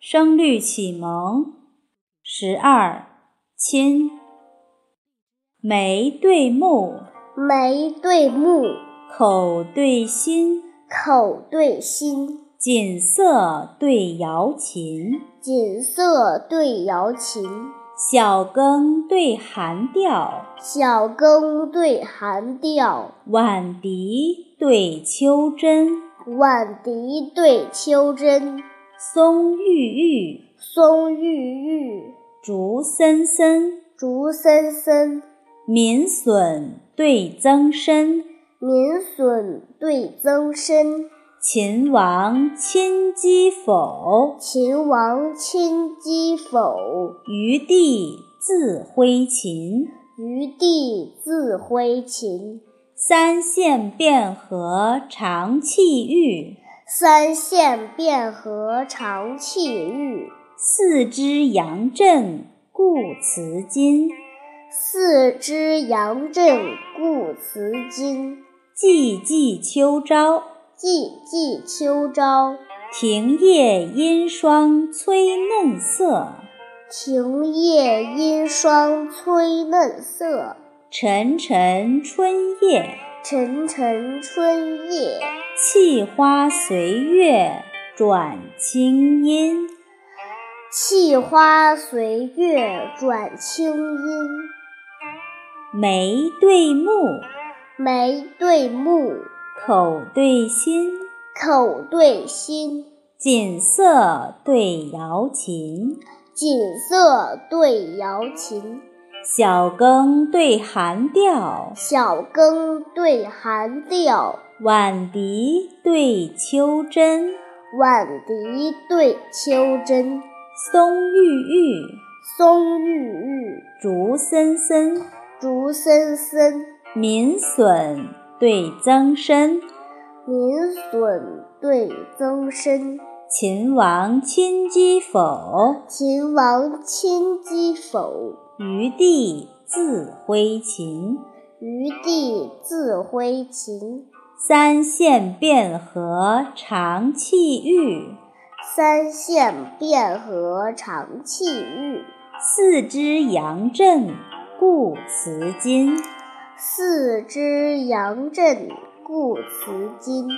声律启蒙十二亲，眉对目，眉对目，口对心，口对心，锦瑟对瑶琴，锦瑟对瑶琴，小更对寒调，小更对寒调，晚笛对秋筝，晚笛对秋筝。松郁郁，松郁郁；竹森森，竹森森；民损对增参，民损对增参；秦王亲击否，秦王亲击否；余弟自挥琴，余弟自挥琴；三线汴河长气郁。三县汴河长气郁，四支杨震固辞金。四支杨震固辞金。寂寂秋朝，寂寂秋朝。庭叶阴霜催嫩色，庭叶阴霜催嫩色。沉沉春夜，沉沉春夜。气花随月转清音，气花随月转清音。眉对目，眉对目，口对心，口对心。锦瑟对瑶琴，锦瑟对瑶琴，小更对寒调，小更对寒调。晚笛对秋筝，晚笛对秋筝；松郁郁，松郁郁；竹森森，竹森森；民损对增参，民损对增参；秦王亲击否，秦王亲击否；余弟自挥琴，余弟自挥琴。三线汴河长气郁，三县汴河长气郁；四支杨震固辞金。四支杨震固辞金。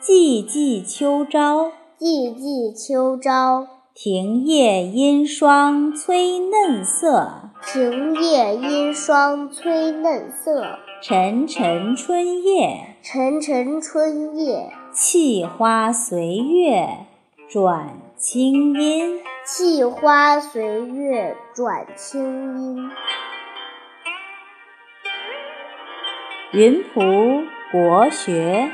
寂寂秋朝，寂寂秋朝。庭叶阴霜催嫩色，庭叶阴霜催嫩色。沉沉春夜。沉沉春夜，气花随月转清音。气花随月转清音。云浦国学。